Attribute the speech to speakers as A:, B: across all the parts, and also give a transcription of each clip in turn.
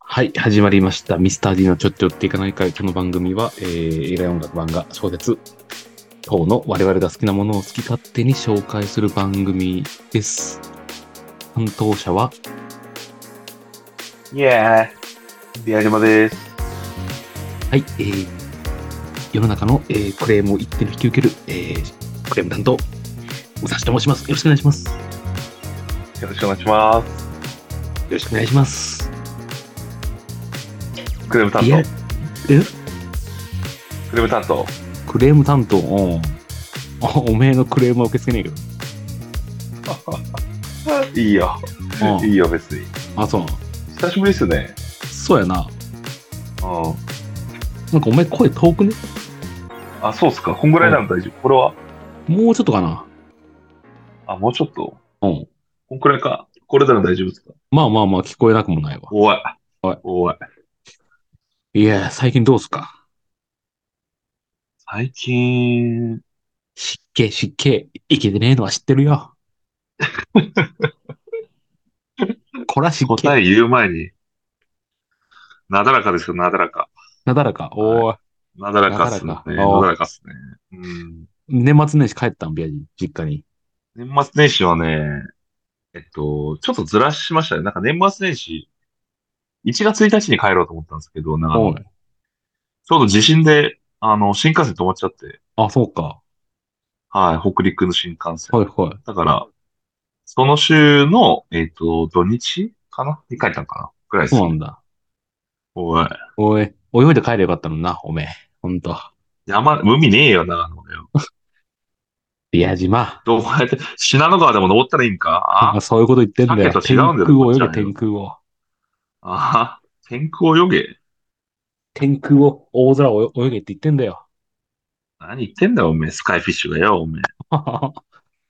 A: はい、始まりました。ミスター D のちょっと寄っていかない会。この番組は、えー、映画や音楽漫画、小説等の我々が好きなものを好き勝手に紹介する番組です。担当者は、
B: イエーイリアジマです。
A: はい、えー、世の中の、えー、クレームを一手に引き受ける、えー、クレーム担当、武蔵と申します。よろしくお願いします。よ
B: よろしくお願いします。
A: ろしくお願いします。
B: クレーム担
A: いや
B: 当。
A: え
B: クレーム担当。
A: クレーム担当、うんあおめえのクレームは受け付けね
B: いいよ。
A: えけど。う
B: い
A: ん
B: いよ、別に。
A: あ、そうなの。
B: 久しぶりですね。
A: そうやな。
B: うん。
A: なんかお前声遠くね
B: あ、そうっすか。こんぐらいなら大丈夫。これは
A: もうちょっとかな。
B: あ、もうちょっと。
A: うん。
B: こんくらいか。これなら大丈夫っすか。
A: まあまあまあ聞こえなくもないわ。
B: おい。
A: おい。
B: おい。
A: いや、最近どうすか
B: 最近、
A: 湿気、湿気、いけてねえのは知ってる よ。こら湿気、
B: 答え言う前に、なだらかですよ、なだらか。
A: なだらか。おい、
B: なだらかっすね。
A: なだらか
B: な
A: おう
B: だらかっすね。うん。
A: 年末年始帰ったん、ビアジ、実家に。
B: 年末年始はね、えっと、ちょっとずらしましたね。なんか年末年始、1月1日に帰ろうと思ったんですけど、なんかあ
A: お
B: の
A: い
B: ち。ょうど地震で、あの、新幹線止まっちゃって、
A: あ、そうか。
B: はい、北陸の新幹線。
A: はいはい。
B: だから、その週の、えっと、土日かなに帰ったんかなぐらいです。
A: そうなんだ。
B: おい。
A: おい、泳いで帰ればよかったのにな、おめえ。ほんと。
B: 山、海ねえよ、長野だよ。
A: ビア島。
B: どうやって、信濃川でも登ったらいいんか
A: あそういうこと言ってんだよ。
B: さっきと
A: 天
B: 違うんだよ
A: 空を泳げ、
B: こっちはよ
A: 天空を。
B: ああ、天空を泳げ。
A: 天空を、大空を泳げって言ってんだよ。
B: 何言ってんだよ、おめえ。スカイフィッシュがよ、おめえ。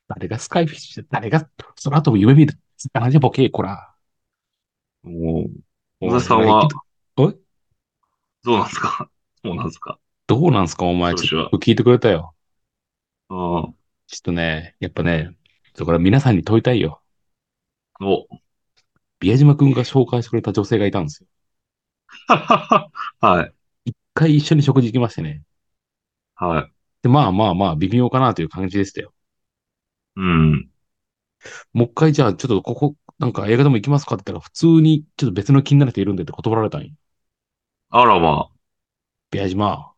A: 誰がスカイフィッシュ、誰が空飛ぶ夢見る。何じゃボケ、こら。
B: もう、小田さんは、どうなんですか そうなんですか
A: どうなんすか、お前。
B: 調子
A: ちょ
B: は
A: っと聞いてくれたよ。
B: うん。お、
A: ちょっとね、やっぱね、だから皆さんに問いたいよ。宮島くんが紹介してくれた女性がいたんですよ。
B: はい、
A: 一回一緒に食事行きましてね。
B: はい。
A: で、まあまあまあ、微妙かなという感じでしたよ。
B: うん。
A: もう一回じゃあ、ちょっとここ、なんか映画でも行きますかって言ったら、普通にちょっと別の気になる人いるんでって断られたんよ。
B: あらま
A: 宮島、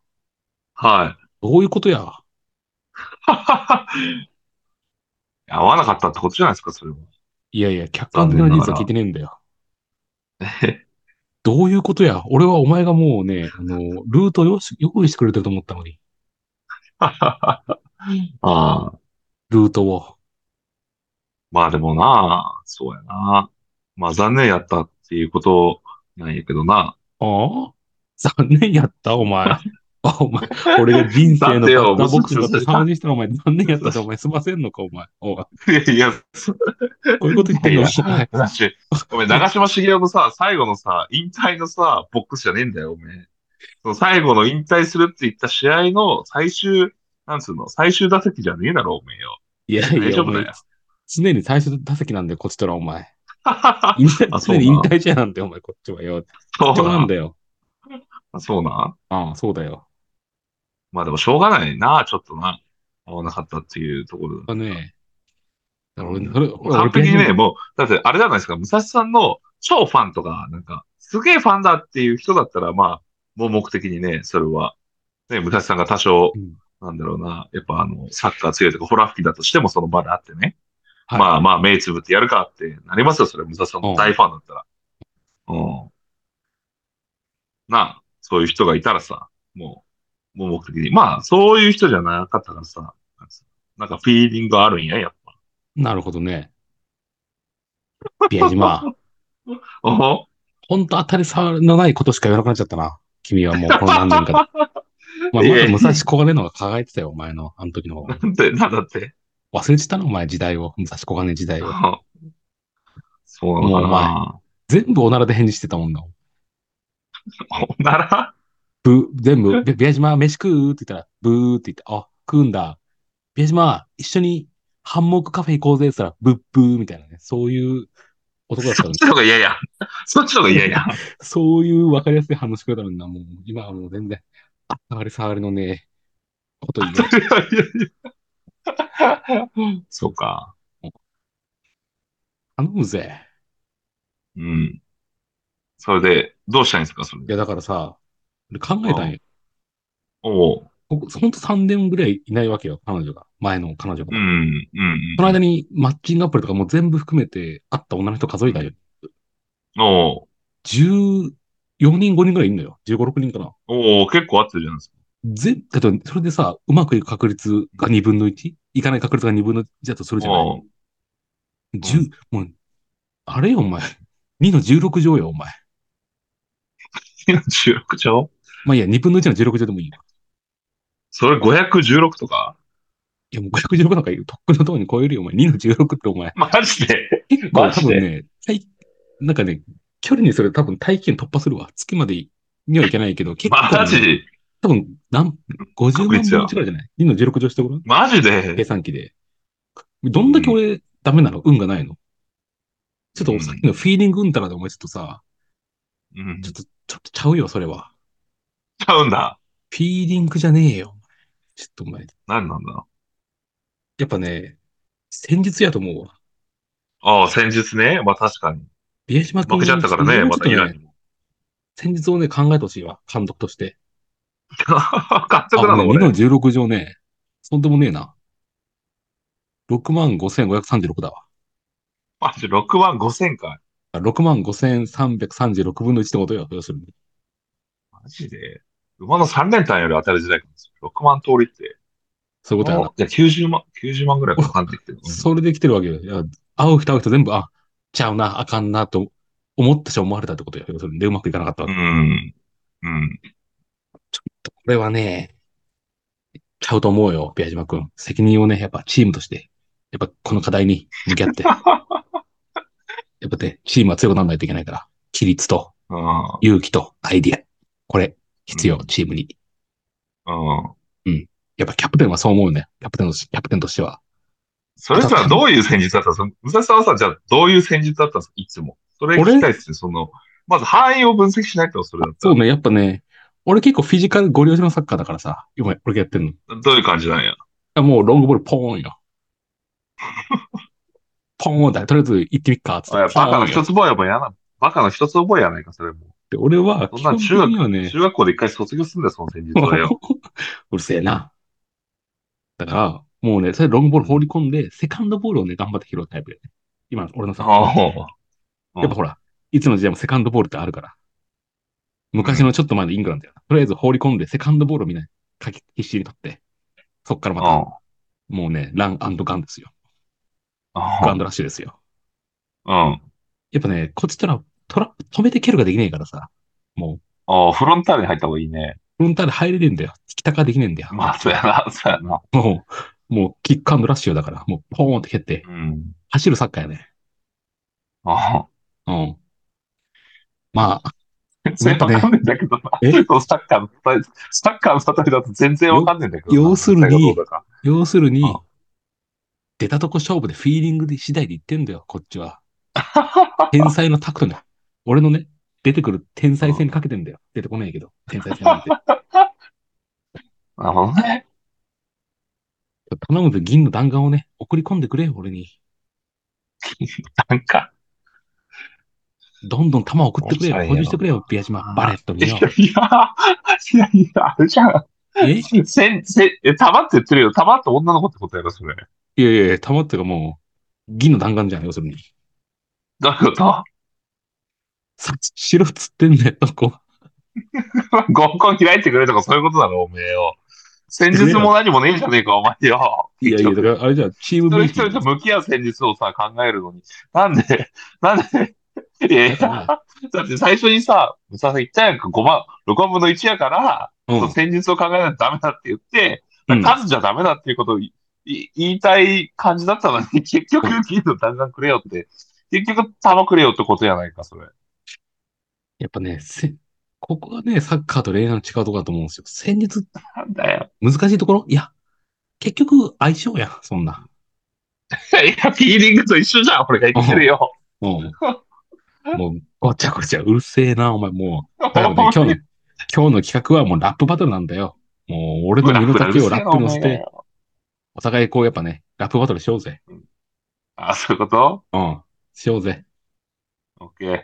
B: あ、はい。
A: どういうことや。
B: 合わなかったってことじゃないですか、それは。
A: いやいや、客観的な事実は聞いてねえんだよ。
B: え
A: どういうことや。俺はお前がもうね、あ の、ルートよし用意してくれてると思ったのに。
B: ああ、
A: ルートを。
B: まあでもな、そうやな。まあ残念やったっていうことなんやけどな。
A: あ あ残念やった、お前。あお前、俺が人生の
B: だってよ
A: バッターボックスだって
B: もう
A: 騒ぎしたらお前、残念やったってお前、すませんのか、お前。おい
B: いやいや、そ
A: こういうこと言ってんの
B: いや
A: はい
B: だし、ごめん、長嶋茂雄のさ、最後のさ、引退のさ、ボックスじゃねえんだよ、おめえ。その最後の引退するって言った試合の最終、なんつうの、最終打席じゃねえだろ、おめえよ。
A: いや
B: 大
A: いや、
B: 丈
A: お
B: 夫だ
A: 前
B: よ。、
A: 常に最初打席なんだよ、こっちとら、お前。
B: あ、
A: 引退
B: あそ
A: 常
B: うな
A: に引退じゃなんだよ、お前、こっちはよ。
B: そう
A: 人な
B: なん
A: だよ。
B: あそうなん
A: ああ、そうだよ。
B: まあでもしょうがないな、ちょっとな。合わなかったっていうところ
A: あ
B: だ。
A: のね、だから俺、それ、俺、
B: 完璧に
A: 俺
B: ね、もう、だってあれじゃないですか、武蔵さんの超ファンとか、なんか、すげえファンだっていう人だったら、まあ、もう目的にね、それは、ね、武蔵さんが多少
A: うん、
B: なんだろうな、やっぱあの、サッカー強いとか、ホラー吹きだとしてもその場であってね、
A: はい
B: まあまあ、目つぶってやるかってなりますよ、それ、武蔵さんの大ファンだったら。うん。なあ、そういう人がいたらさ、もう、もう目的に。まあ、そういう人じゃなかったからさ、なんかフィーリングあるんや、やっぱ。
A: なるほどね。宮 島。
B: おほ
A: ほんと当たり障りのないことしか言わなくなっちゃったな。君はもう この何年かで。お前、まだ武蔵小金の方が輝いてたよ、お前の、あの時の方が。
B: なんて、なんだって。
A: 忘れてたの、お前、時代を。武蔵小金時代を。
B: そうなのかな。
A: 全部おならで返事してたもんな。
B: お なら
A: ブー、全部、 び宮島、飯食うって言ったら、ブーって言って、あ、食うんだ。宮島、一緒にハンモックカフェ行こうぜって言ったら、ブッブーみたいなね、そういう男だった
B: そ
A: の
B: っ
A: に
B: ち、の方が嫌や。そっちの方が 嫌や。
A: そういう分かりやすい話し方なんだ、もう、今はもう全然、あ触り触りのね、ことにね、
B: いやいやいやそうか。
A: 頼むぜ。
B: うん。それで、どうしたいんですか、それ
A: い
B: で。
A: や、だからさ、俺考えたんよ。
B: おう。
A: ここほんと3年ぐらいいないわけよ、彼女が。前の彼女
B: う
A: が。
B: ん、うん
A: その間にマッチングアプリとかもう全部含めて会った女の人数えたよ。
B: うん。おう。
A: 14人、5人ぐらいいるのよ。15、6人かな。
B: おう、結構合ってるじゃないですか。
A: 全、だと、それでさ、うまくいく確率が2分の 1? いかない確率が2分の1だとするじゃな
B: お。
A: いう ?10、もう、あれよ、お前。2の16乗よ、お前。
B: 16兆
A: まあいいや、2分の1の16乗でもいいよ。
B: それ516とか
A: いや、もう516なんかとっくのとこに超えるよ、お前。2の16ってお前。
B: マジで
A: 結構
B: マ
A: 多
B: ジ
A: 分
B: で
A: ね、体なんかね、距離にそれ多分大気圏突破するわ。月までにはいけないけど、結構ね、
B: マジ
A: 多分何、50万分
B: 確
A: の
B: 率や
A: 1くらいじゃない ?2 の16乗してごらん
B: マジ
A: 計
B: で
A: 算機で。どんだけ俺、ダメなの運がないのちょっとさっきのフィーリングうんたらでお前ちょっとさ、
B: うん。
A: ちょ
B: ちょ
A: っと、ちょっとちゃうよ、それは。
B: っとゃうんだ。
A: フィーリングじゃねえよ。ちょっとお前、
B: 何なんだ
A: やっぱね、戦術やと思うわ。
B: ああ、先日ね。まあ確かに。
A: 宮島君
B: 負けちゃったからね、
A: もう
B: ま
A: ちょ
B: たイ
A: っ
B: ラ
A: と
B: ン
A: ね
B: にも。
A: 戦術をね、考えてほしいわ。監督として。
B: 監督なの
A: あ、
B: 俺。
A: 2の16乗ね。とんでもねえな。65,536だわ。
B: マジ6万5千回。
A: 65,336分の1ってことよ、要するに。
B: マジで馬の3連単より当たる時代なんですよ。6万通りって。
A: そういうことやな。
B: じゃあ90万、90万ぐらいかかってきてる。
A: それで来てるわけよ。いや会う人会う人全部、あ、ちゃうな、あかんな、と思ったし思われたってことよ。要するにで、うまくいかなかったわけ。
B: うん。うん。
A: これはね、ちゃうと思うよ、宮島くん。責任をね、やっぱチームとして、やっぱこの課題に向き合 って。やっぱね、チームは強くならないといけないから。規律と
B: うん。
A: 勇気とアイディア。これ、必要、
B: うん
A: チームに。
B: うん。
A: やっぱキャプテンはそう思うよね。キャプテンのし、キャプテンとしては。
B: それさ、どういう戦術だったんですか武蔵さんはさ、じゃあどういう戦術だったんですかいつも。それ聞きたいですね。その、まず範囲を分析しないと、それだった
A: そう
B: ら。
A: ね、やっぱね、俺結構フィジカルご利用しのサッカーだからさ、今俺がやってるの。
B: どういう感じなんや。
A: あもうロングボールポーン よ。ポーンだ。とりあえず行ってみっか、つって。
B: あいやバカの
A: ポーン
B: 一
A: よ
B: つ覚えやばやな。バカの一つ覚えやないか、それも。
A: で俺は、
B: そん
A: 基本
B: なん
A: 的
B: 中学
A: にはね、
B: 中学校で一回卒業するんだよ、その戦術はよ。
A: うるせえな。だから、もうね、それロングボール放り込んで、セカンドボールをね、頑張って拾うタイプで、ね。今、俺のさ、
B: ああ
A: やっぱほら、いつの時代もセカンドボールってあるから。昔のちょっと前のイングランドやな。とりあえず放り込んで、セカンドボールをみんな、かき、必死に取って、そっからまた、
B: あ
A: もうね、ランガンですよ。ガ
B: あ
A: ンドラッシュですよ。
B: うん。
A: やっぱね、こっちとら、とら、止めて蹴るができねえからさ、もう、
B: ああ、フロンターレに入った方がいいね。
A: フロンターレ入れねえんだよ。引きたかできねえんだよ。
B: まあ、そうやな、そうやな。
A: もう、もう、キックアンドラッシュだから、もう、ポーンって蹴って、
B: うん。
A: 走るサッカーやね。
B: あ
A: うん。まあ、
B: あ、全然わかんねえんだけどな。
A: え
B: 結構サッカーの例え、サッカーの例えだと全然わかんねえんだけどな。
A: よ要するに
B: 実際がどうだか
A: 要するに
B: あ、
A: 出たとこ勝負でフィーリングで次第で言ってんだよ、こっち は。天才のタクトね。俺のね、出てくる天才戦にかけてんだよ。出てこないけど、天才戦 なんて。
B: なるほどね。
A: 頼むぜ、銀の弾丸をね、送り込んでくれよ、俺に。
B: なんか、
A: どんどん球を送ってくれよ
B: 面白い、よ
A: 補充してくれよ、ビア島。バレット
B: い
A: に
B: や
A: よ
B: い。や、いやいや、あれじゃん。
A: え
B: せん、せん、え、たまって言ってるよ。たまって女の子ってことやろ、それ。
A: いやいやいや、玉っていうかもう、銀の弾丸じゃん、要するに。
B: どういうこと
A: さ、白っつってんだよ、こ
B: 合コン開いてくれとかそういうことだろ、おめえよ。戦術も何もねえじゃねえか、お前よ。
A: う。いやいや、だから、あれじゃんチーム
B: 一人
A: メイ
B: 一
A: キン
B: 人
A: グ
B: と。向き合う戦術をさ、考えるのに。なんで、 なんで、いやいや、だって最初にさ、武蔵さん言ったやんか、5万、6万分の1やから、
A: うん
B: その戦術を考えないとダメだって言って、
A: うん
B: 数じゃダメだっていうことをいい言いたい感じだったのに、 結局、金の弾丸くれよって、結局、弾くれよってことやないか、それ。
A: やっぱね、せ、ここがね、サッカーと恋愛の違うところだと思うんですよ。戦術、
B: なんだよ。
A: 難しいところいや、結局、相性や、そんな。
B: いや、ピーリングと一緒じゃん、俺が言ってるよ。
A: うん。 もう、ごちゃごちゃうるせえな、お前もう。だから ね、今日の、今日の企画はもうラップバトルなんだよ。もう、俺と身の丈をラップのせて、お互いこうやっぱね、ラップバトルしようぜ。
B: あ、そういうこと
A: うん。しようぜ。
B: オッケー。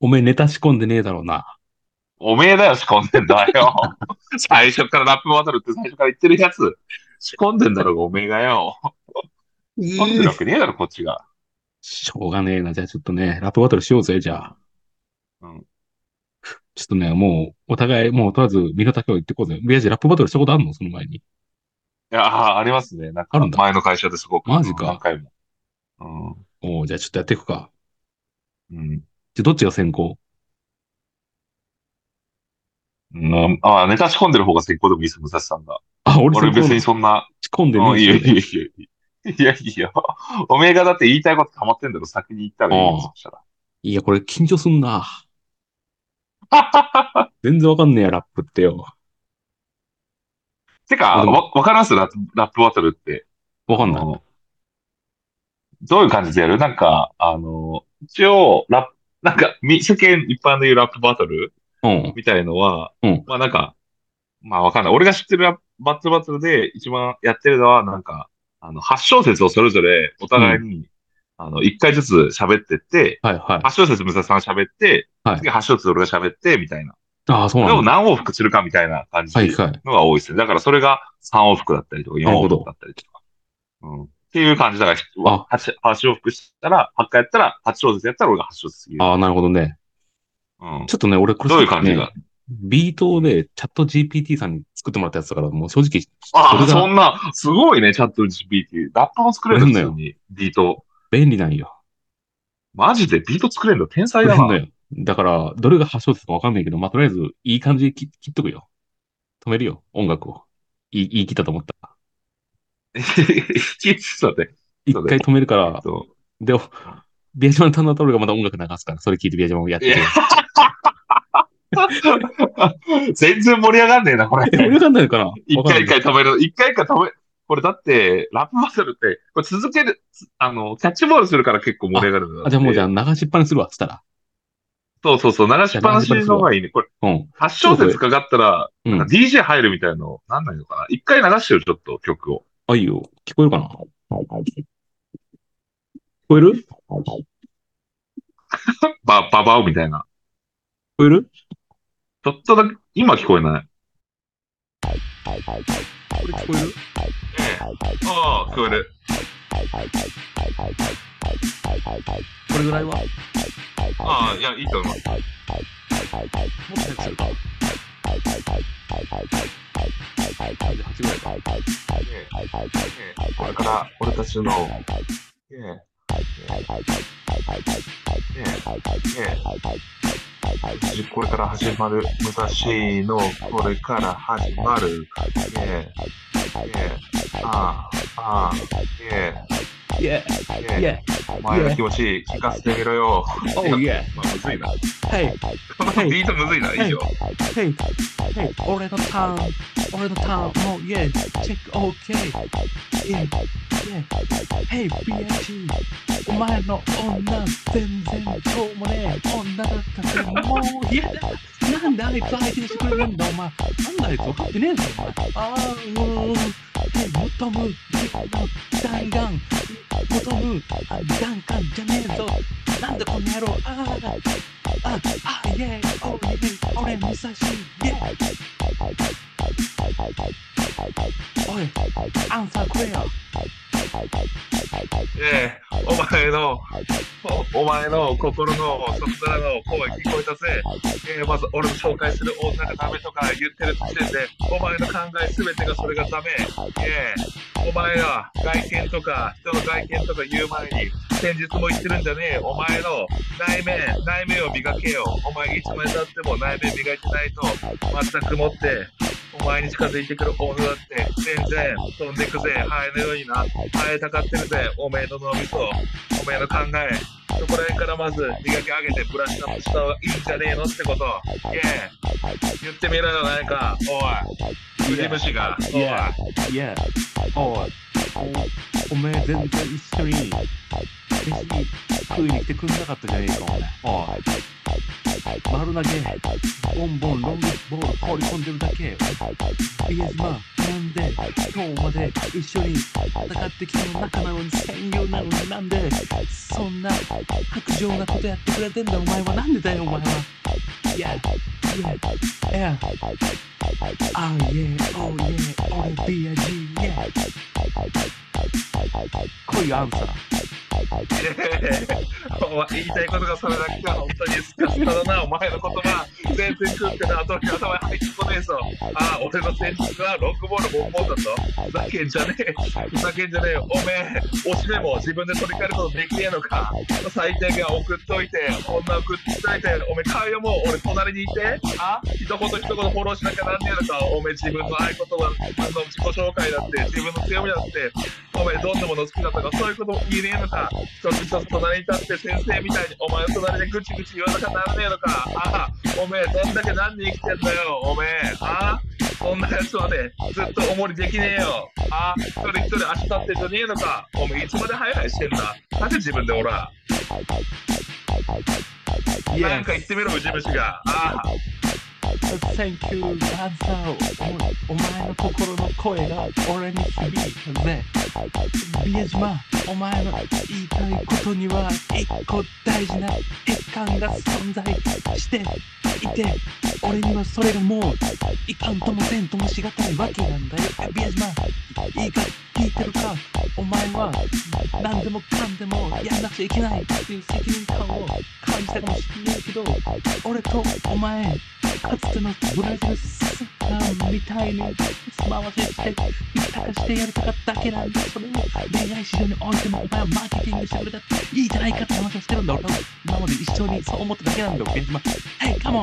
A: おめえネタ仕込んでねえだろうな。
B: おめえだよ、仕込んでんだ よ。最初からラップバトルって最初から言ってるやつ。仕込んでんだろうが、おめえがよ。仕込んでるわけねえだろ、こっちが。
A: しょうがねえな。じゃあちょっとね、ラップバトルしようぜ、じゃあ。
B: うん。
A: ちょっとね、もう、お互い、もう、とりあえず、身の丈を言ってこうぜ。ビアジラップバトルしたことあんのその前に。
B: いや、あありますね。なん
A: あ
B: か、
A: るんだ
B: 前の会社でそこ。
A: マジか
B: 何回も。うん。
A: おうじゃあちょっとやっていくか。
B: うん。
A: じゃあどっちが先行
B: うん、ああ、ネタ仕込んでる方が先行でもいいです、武蔵さんが。
A: あ、俺
B: 俺
A: 先行
B: 別
A: なの
B: にそんな、
A: 仕込んで
B: うん、
A: ね
B: いいよ、
A: え
B: いいよ、いいよ。いや、いいよ。おめえがだって言いたいこと溜まってんだろ、先に言ったらいいよ、そしたら。
A: いや、これ緊張すん な。全然わかんねえや、ラップってよ。
B: てか、
A: あでも
B: わ、わかりますラップラップバトルって。
A: わかん
B: あ
A: ない。
B: のどういう感じでやるなんか、あの、一応、ラップ、なんか、み世間一般でいうラップバトル
A: うん。
B: みたいのは、
A: うん
B: まあなんか、まあわかんない。俺が知ってるラップバトルバトルで一番やってるのは、なんか、あの、8小節をそれぞれお互いに、あの、1回ずつ喋ってって、
A: はいはい
B: 8。小節武蔵さんが喋って、
A: はい
B: 次8小節俺が喋って、みたいな。
A: ああ、そう
B: それ
A: な
B: を
A: んだ。
B: 何往復するかみたいな感じ。
A: はいはい。
B: のが多いですね。だからそれが3往復だったりとか4
A: なるほ
B: 往
A: ど
B: 復だったりとか。うん。っていう感じだから、8, 八往復したら、8回やったら、8小節やったら俺が8小節言う。
A: ああ、なるほどね。
B: うん
A: ちょっとね、俺これ
B: どういう
A: さっきね
B: 感じ
A: ビートをね、チャット GPT さんに作ってもらったやつだから、もう正直、そ
B: あ
A: れ
B: あ、そ
A: が
B: んな、すごいね、チャット GPT。ラッパーも作れるん
A: 作
B: だ
A: れん
B: よ、
A: の
B: 普通に。ビート。
A: 便利なんよ。
B: マジでビート作れるの天才
A: 便
B: だ
A: 利だ
B: な。
A: よ。だから、どれが発祥ですかわかんないけど、まあ、とりあえず、いい感じで切切っとくよ。止めるよ、音楽を。いい、言い切ったと思った。
B: ちょっと待って。
A: 一
B: そうだ
A: 回
B: よ
A: 止める から、
B: そ
A: で、ビアジマのタンダートルがまた音楽流すから、それ聞いてビアジマもやって
B: い
A: る
B: や。う全然盛り上がんねえな、これ
A: え、。盛り上がんないのかな
B: 一
A: わかんない
B: 回一回止める。一回一回止め、これだって、ラップバトルって、これ続ける、つあの、キャッチボールするから結構盛り上がるんだって
A: あ、じゃあもうじゃあ流しっぱにするわ、つったら。
B: そうそうそう、流しっぱなしの方がいいね。これ、
A: うん。
B: 8小節かかったら、
A: う
B: なん
A: ん
B: か。DJ 入るみたいの、なんないのかな一回流してよ、ちょっと曲を。
A: あ、いいよ。聞こえるかな聞こえる聞
B: バババオみたいな。
A: こえる
B: ちょっとだけ、今聞こえない。
A: これ聞こえる
B: ああ、聞こえる。
A: これぐらいはもっ
B: ああ、いや、いいと思う。
A: と早くするか。8ぐらいか。
B: ねえねえこれから、俺たちの、ねえねえねえねえこれから始まる、武蔵のこれから始まる、ねえ、ねえ、ああ、ああ、ねえ、
A: イェ
B: イ
A: イイェイ
B: お前の気持ち聞かせてみろよ。
A: おうイェイ
B: まあ、むずいな。
A: ヘイ
B: このビートむずいな、いいよ。
A: ヘイヘイ俺のターン俺のターンもうイェイチェックオーケーイェイイェイヘイビアチお前の女全然どうもねえ女だったってもうイェイなんであいつ相手にしてくれるんだお前なんであいつ分かってねえんだお前ああうーんヘイ求む弾丸求む弾丸じゃねえぞなんでこの野郎あああ、あ、イェーイ、オーイェイ、俺、武蔵、イェーイ。おい、アンサーくれよ。
B: ええ、お前の、おお前の心の外からの声聞こえたぜ。ええ、まず俺の紹介する女がダメとか言ってる時点で、お前の考えすべてがそれがダメ。ええ、お前は外見とか、人の外見とか言う前に、先日も言ってるんじゃねえ。お前の内面、内面を磨けよ。お前いつまでたっても内面磨いてないと、全くもって、お前に近づいてくる女だって、全然飛んでくぜ。ハエのようにな。生えたかってるぜ、おめえの脳みそ、おめえの考え、そこら辺からまず磨き上げてブラッシュアップした方がいいんじゃねえのってこと、イエー言ってみろよ、何か、おい、ウジ虫が、おい、
A: イェーイ、おい、
C: おめえ全然一緒に飯食いに来てくんなかったじゃねえかお前おい丸投げボンボンロングボール放り込んでるだけ比江島なんで今日まで一緒に戦ってきたの仲なのに戦友なのになんでそんな白状なことやってくれてんだお前はなんでだよお前はいやいやいや Oh yeah, oh yeah, oh be a genius. 来いよ、アンサー。
B: お前言いたいことがそれだけか、本当にスカスカだな、お前の言葉、全然空気の後に頭に入ってこねえぞ。ああ、俺の戦術はロングボールボンボンだぞ。ふざけんじゃねえ、ふざけんじゃねえよ、おめえ、押しでも自分で取り替えることできねえのか。最低限送っといて、女送っといて、おめえ、会話もう俺隣にいて、あ一言一言フォローしなきゃなんねえのか、おめえ、自分の合言葉、あの自己紹介だって、自分の強みだって、お前どんなもの好きだとかそういうことも言えねえのか一つ一つ隣に立って先生みたいにお前の隣でぐちぐち言わなきゃならねえのかああおめえどんだけ何人生きてんだよおめえああそんなやつまでずっとおもりできねえよああ一人一人足立ってんじゃねえのかおめえいつまでハイハイしてんだなんで自分でおらなんか言ってみろウジ虫がああ
C: Thank you, アンサー。お前の心の声が俺に響いたぜ。ビエジマ、お前の言いたいことには一個大事な一環が存在していて、俺にはそれがもういかんともせんともしがたいわけなんだよ。ビエジマ、いいか聞いてるかお前は何でもかんでもやんなくちゃいけないっていう責任感を感じたかもしれないけど、俺とお前、かつてのブラジルサッカーみたいにつまわせして豊かしてやりたかっただけなんだそれを恋愛市場においてもお前はマーケティングしてくれたっていいじゃないかって話をしてるんだ俺は今まで一緒にそう思っただけなんだよビエジマ Hey come on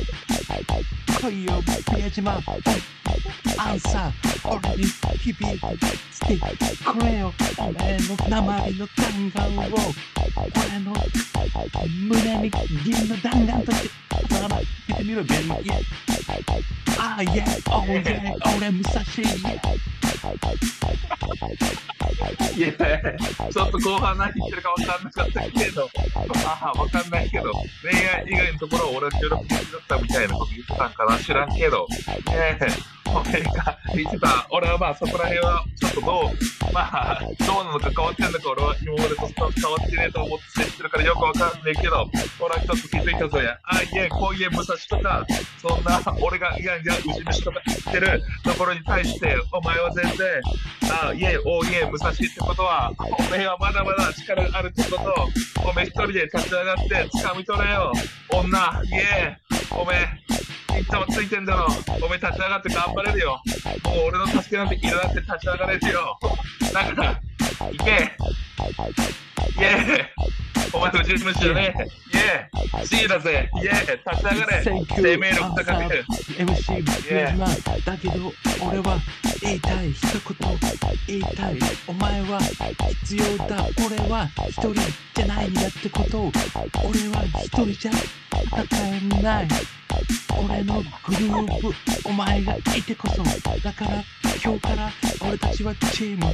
C: 来いよビエジマアンサー俺に響いてくれよお前の鉛の弾丸を俺の胸に銀の弾丸として頭が見てみろビエジマイエああイエオーイエ俺武蔵イエ
B: いや、ちょっと後半何言ってるか分かんなかったけど、ああ、分かんないけど、恋愛以外のところは俺は協力的だったみたいなこと言ってたんかな、知らんけど、ねえ、お前が言ってた、俺はまあそこら辺はちょっとどう、まあ、どうなのか変わってんのか、俺は今までとスタンス変わってねえと思って接してるからよく分かんないけど、俺は一つ気づいたぞや、ああ、いえ、こういう武蔵とか、そんな俺がいやいや、牛虫とか言ってるところに対して、お前は全然、あいえ、おいえ、武蔵ってことは、おめえはまだまだ力があるってことを、おめえ一人で立ち上がって掴み取れよ、女、いえ、おめえ、いつもついてんだろ、おめえ立ち上がって頑張れるよ、もう俺の助けなんていらなくて立ち上がれるよ、だから、行け、いえ、お前と牛虫じゃねえ、いえ、C だぜ、いえ、立ち上がれ、生命力高く。
C: MC ビエジマだけど俺は言いたい一言言いたいお前は必要だ俺は一人じゃないんだってことを俺は一人じゃ戦えない俺のグループお前がいてこそだから今日から俺たちはチーム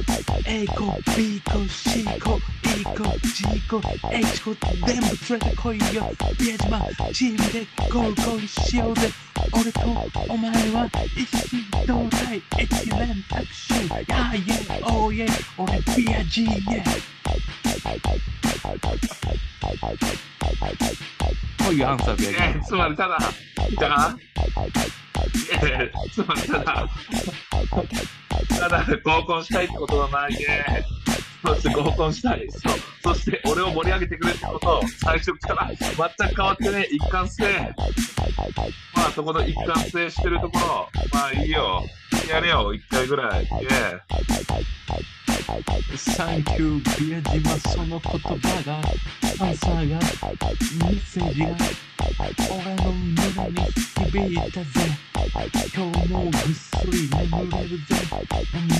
C: A 子 B 子 C 子 E 子 G 子 H 子全部連れてこいよビエジマチームで合コンしようぜ俺とお前は一心同体一連タクシーああいえおいえ俺ビア G えこういうアンサービア G
B: ええつまりただ、いたかええつまりただ、ただ合コンしたいってことはないね。そして合コンしたい。そうそして俺を盛り上げてくれるってことを最初から全く変わってね、一貫性。まあそこの一貫性してるところ、まあいいよ。やれよ、一回ぐらい。ええ
A: サンキュービア島その言葉がアンサーがメッセージが俺の胸に響いたぜ今日もぐっすり眠れるぜ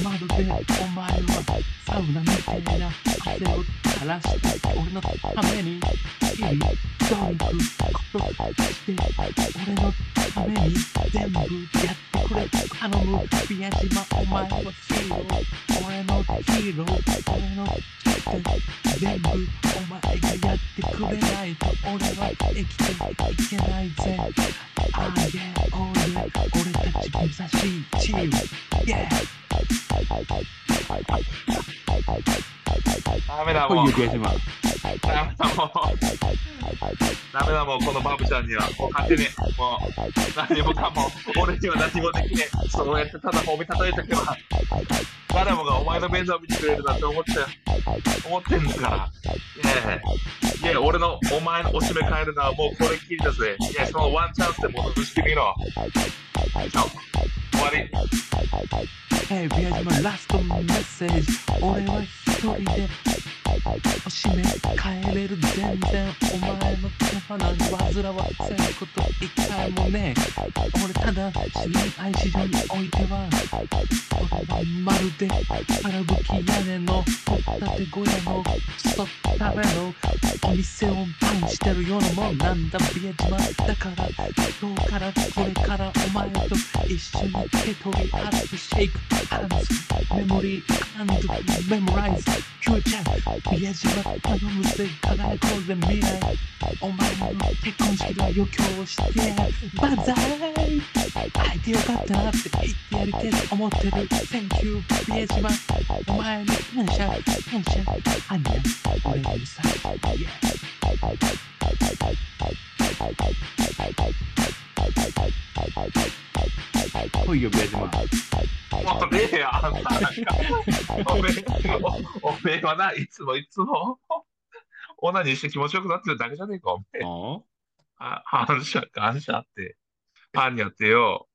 A: まるでお前はサウナみたいな汗を垂らして俺のためにいいドンプことして俺のために全部やってくれ頼むビア島お前はヒーロー俺のヒーロー俺のキャプテン全部お前がやってくれないと俺は生きていけないぜああいえおいえ俺たち武蔵チームイエー
B: ダメだも
A: こ
B: ん
A: ういう。ビア島
B: ダメだもん。ダメだもん、このバブちゃんには。もう勝てねえ。もう、何もかも、俺には何もできねえ。そうやってただ褒めたたいとけば、誰もがお前の面倒見てくれるなんて思って、思ってんだから。ねえ。いや、俺の、お前のおしめ変えるのはもうこれっきりだぜ。いや、そのワンチャンスで戻してみろ。以上終わり。
A: ヘイビア島ラストメッセージ俺は一人でおしめ帰れる全然お前の手鼻に煩わせること一回もねえ俺ただ心配市場においては俺はまるで荒ぶき屋根の掘ったて小屋のストッためのお店をパンしてるようなもんなんだビア島だから今日からこれからお前と一緒に手取り合ってシェイクハンズメモリーアンドメモライズキューチャービア島頼むぜ輝こうぜ未来お前の結婚式では余興をしてバンザイ会えてよかったなって言ってやりてえと思ってる Thank you ビア島お前に感謝感謝アンニャン俺がうるさい Yeah 来いよビア島
B: もうねえよ、あんたなんか。おめえ、おおめえはな、いつもいつも、オナニーして気持ちよくなってるだけじゃねえか、おめえ。
A: あ
B: あ反射、反射って。反にやってよ。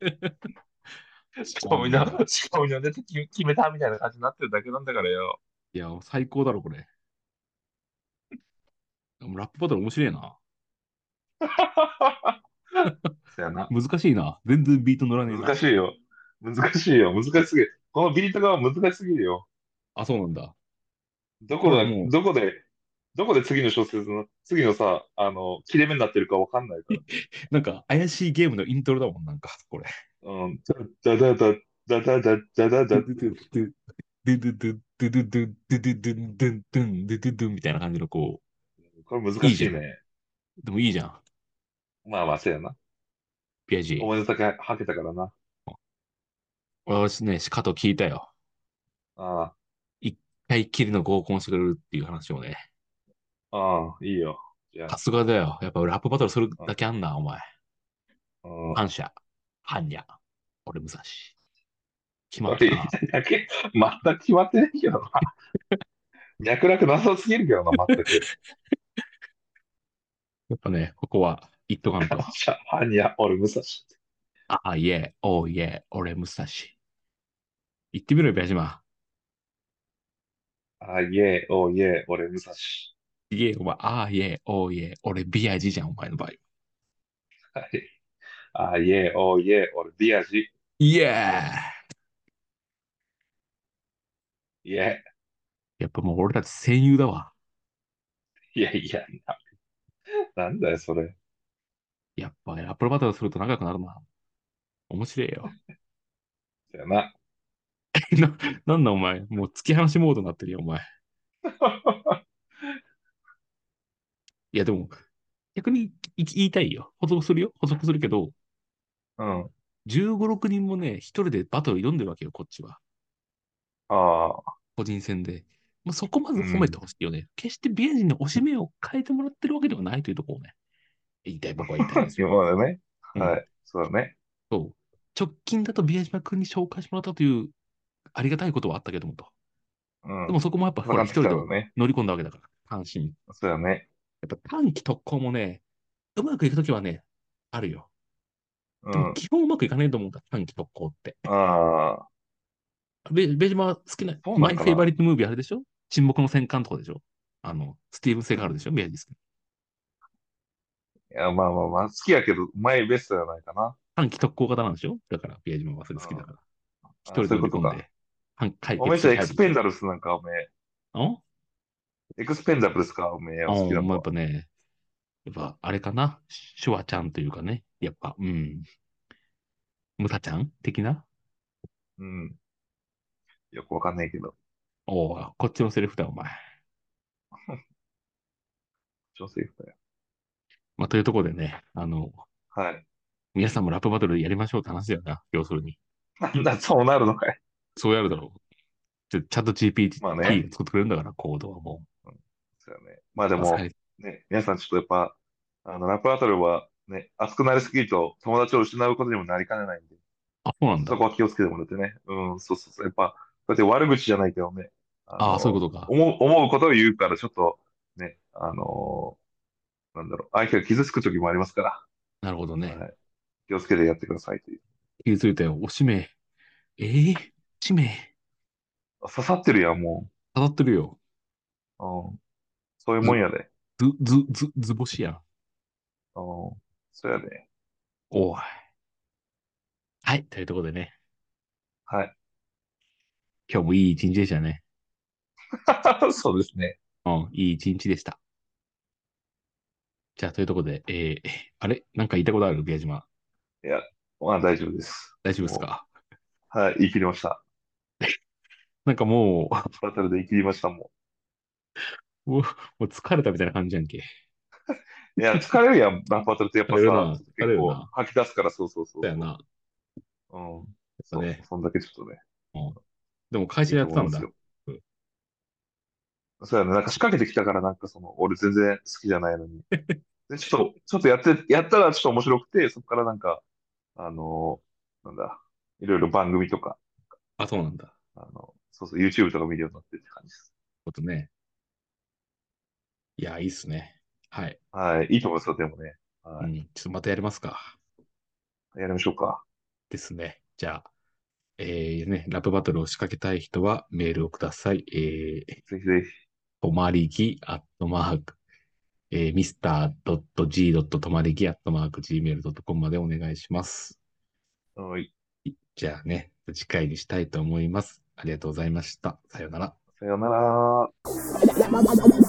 B: しかもみんな、しかもみんな出てき決めたみたいな感じになってるだけなんだからよ。
A: いや、最高だろ、これ。でもラップバトル面白いな。
B: そやな。
A: 難しいな。全然ビート乗らねえ
B: 難
A: な。
B: しいよ。難しいよ。難しすぎる。このビートが難しすぎるよ。
A: あ、そうなんだ。
B: どこだ、
A: いやもう
B: どこで、どこで次の小説の、次のさ、あの、切れ目になってるかわかんないから。
A: なんか、怪しいゲームのイントロだもん、なんか、これ。
B: うん。だだだだだだだだだだって
A: ドゥドゥドゥドゥドゥドゥドゥドゥドゥドゥドゥドゥドゥドゥドゥドゥみたいな感じの、こ
B: これ難しいね。
A: う。でもいいじゃん。
B: まあまあ、せやな。
A: ピアジー。
B: 思いの丈はけたからな。
A: 私ね、しかと聞いたよ。
B: あ
A: 一回きりの合コンしてくれるっていう話をね。
B: あ、ああ、いいよ。じゃ
A: さすがだよ。やっぱラップバトルするだけあんな、お前。
B: あ。うん。
A: 感謝。般若。俺、武蔵。決まっ
B: 俺
A: た
B: 言い
A: な。
B: たいだけ、全く決まってないけどな。 脈絡なさすぎるけどな、全く。
A: やっぱね、ここは、言っとかんと。
B: じゃあ、ニャ、俺、武蔵。
A: ああ、いえ、おういえ、俺、武蔵。行ってみろよ、ビア島。
B: あ、いえ、おいえ、俺、武蔵。
A: いえ、お前、ああ、いえ、おういえ、俺、ビアジじゃん、お前の場合。
B: はい。あ、いえ、おいえ、俺、ビアジ。
A: いえ
B: いえ、
A: やっぱもう俺たち戦友だわ。
B: いやいや、ななんだよ、それ。
A: やっぱ、アップルバトルすると長くなるな。面白いよ。
B: だよな。
A: な、なんだお前。もう突き放しモードになってるよ、お前。いや、でも、逆にい言いたいよ。補足するよ。補足するけど、
B: うん。
A: 15、6人もね、一人でバトル挑んでるわけよ、こっちは。
B: ああ、
A: 個人戦で。まあ、そこまず褒めてほしいよね。決してビア人の推し目を変えてもらってるわけではないというところをね。言いたい、僕は言いたいんですよ。
B: 今までね。
A: うん
B: はい、そうだね。
A: そう。直近だとビア島君に紹介してもらったという、ありがたいことはあったけどもと。
B: うん。
A: でもそこもやっぱ、ほ、
B: 分からっ
A: 一
B: てき
A: 人
B: た
A: で
B: よね。
A: 乗り込んだわけだから。単身。
B: そうだね。
A: やっぱ短期特攻もね、うまくいくときはね、あるよ。
B: う
A: でも
B: ん。
A: 基本うまくいかないと思うんだ、短期特攻って。
B: ああ、
A: ベベジマは好きな、
B: そうなの
A: マ
B: か
A: イ
B: な
A: フェイバリットムービーあれでしょ沈黙の戦艦とかでしょあの、スティーブン・セガールでしょ宮城ですけど。
B: いや、まあまあまあ、好きやけど、前ベストじゃないかな。
A: 反既得効型なんでしょだから、宮島はそれ好きだから。一
B: あ
A: 人で
B: そういう
A: 乗
B: こ
A: り
B: と
A: 込ん
B: か。
A: で、反解
B: おめえ
A: 決
B: じゃエクスペンダブルスなんか、おめえ。
A: お
B: エクスペンダブルスか、おめえ。
A: あ
B: 好きな
A: もうや
B: の
A: っぱね、やっぱあれかな、シュワちゃんというかね、やっぱ、うん。ムタちゃん的な
B: うん。よくわかんないけど。
A: おうこっちのセリフだ、お前。
B: 女性だよ。
A: まあ、というところでね、あの、
B: はい。
A: 皆さんもラップバトルやりましょうって話だよな、要するに。
B: なんだ、そうなるのかい。
A: そうやるだろう。ちょチャット GPT
B: まあ
A: が
B: ね
A: 作ってくれるんだから、コードはも
B: そうよね。まあで
A: う。
B: も
A: は、い
B: ね、皆さんちょっとやっぱ、あの、ラップバトルは、ね、熱くなりすぎると友達を失うことにもなりかねないんで、
A: あ、そうなんだ
B: そ。こは気をつけてもらってね。うん、そうそうそう。やっぱ、だって悪口じゃないけどね。
A: ああ、そういう
B: こ
A: ことか。
B: 思う、思うことを言うから、ちょっと、ね、あのーなんだろう、相手が傷つく時もありますか
A: なるほど
B: ら、
A: ね。
B: はい。気をつけてやってくださいという。
A: 気づいたよ。おしめ。ええしめ。
B: あ刺さってるやん、も
A: 飾ってるよ。
B: う。うん。そういうもんやで。
A: ず、ず、ず、ずぼしやん。
B: うん。そうやで。
A: おい。はい。というところでね、
B: はい。
A: 今日もいい一日でしたね。
B: そうですね。
A: うん、いい一日でした。じゃあ、というところで、えー、 あれなんか言いたいことある宮島。
B: まあ大丈夫です。
A: 大丈夫ですか
B: はい、言い切りました。
A: なんかもう、
B: バトルで言い切りました、も
A: もう疲れたみたいな感じやんけ。
B: う。いや、疲れるやん、ラ ップバトルってやっぱ
A: 疲れるな
B: さ、
A: 疲れ
B: 結
A: る
B: 構
A: な
B: 吐き出すから、そうそうそ
A: だよ
B: う。
A: な。
B: うん。
A: や
B: そ
A: っぱ
B: う、
A: ね
B: そんだけちょっとね。
A: でも会社でやってたんだ。
B: いいと思いますよそうやね。なんか仕掛けてきたから、なんかその、俺全然好きじゃない のに。で、ちょっと、ちょっとやって、やったらちょっと面白くて、そこからなんか、あのーなんだ、いろいろ番組とか、
A: あ、そうなんだ。ち
B: あの、そうそう、YouTube とか見るようになってって感じです。
A: ょっとね。いや、いいっすね。はい。
B: はい、いいと思いますよ、でもね。は
A: うん。ちょっとまたやりますか。
B: い。やりましょうか。
A: ですね。じゃあ、えー、ね、ラップバトルを仕掛けたい人はメールをください。えー、
B: ぜひぜひ。
A: とまりぎ、アットマーク、えー、mr.g. とまりぎ、アットマーク、gmail.com までお願いします。
B: はい。
A: じゃあね、次回にしたいと思います。ありがとうございました。さようなら。
B: さようなら。
D: Bye.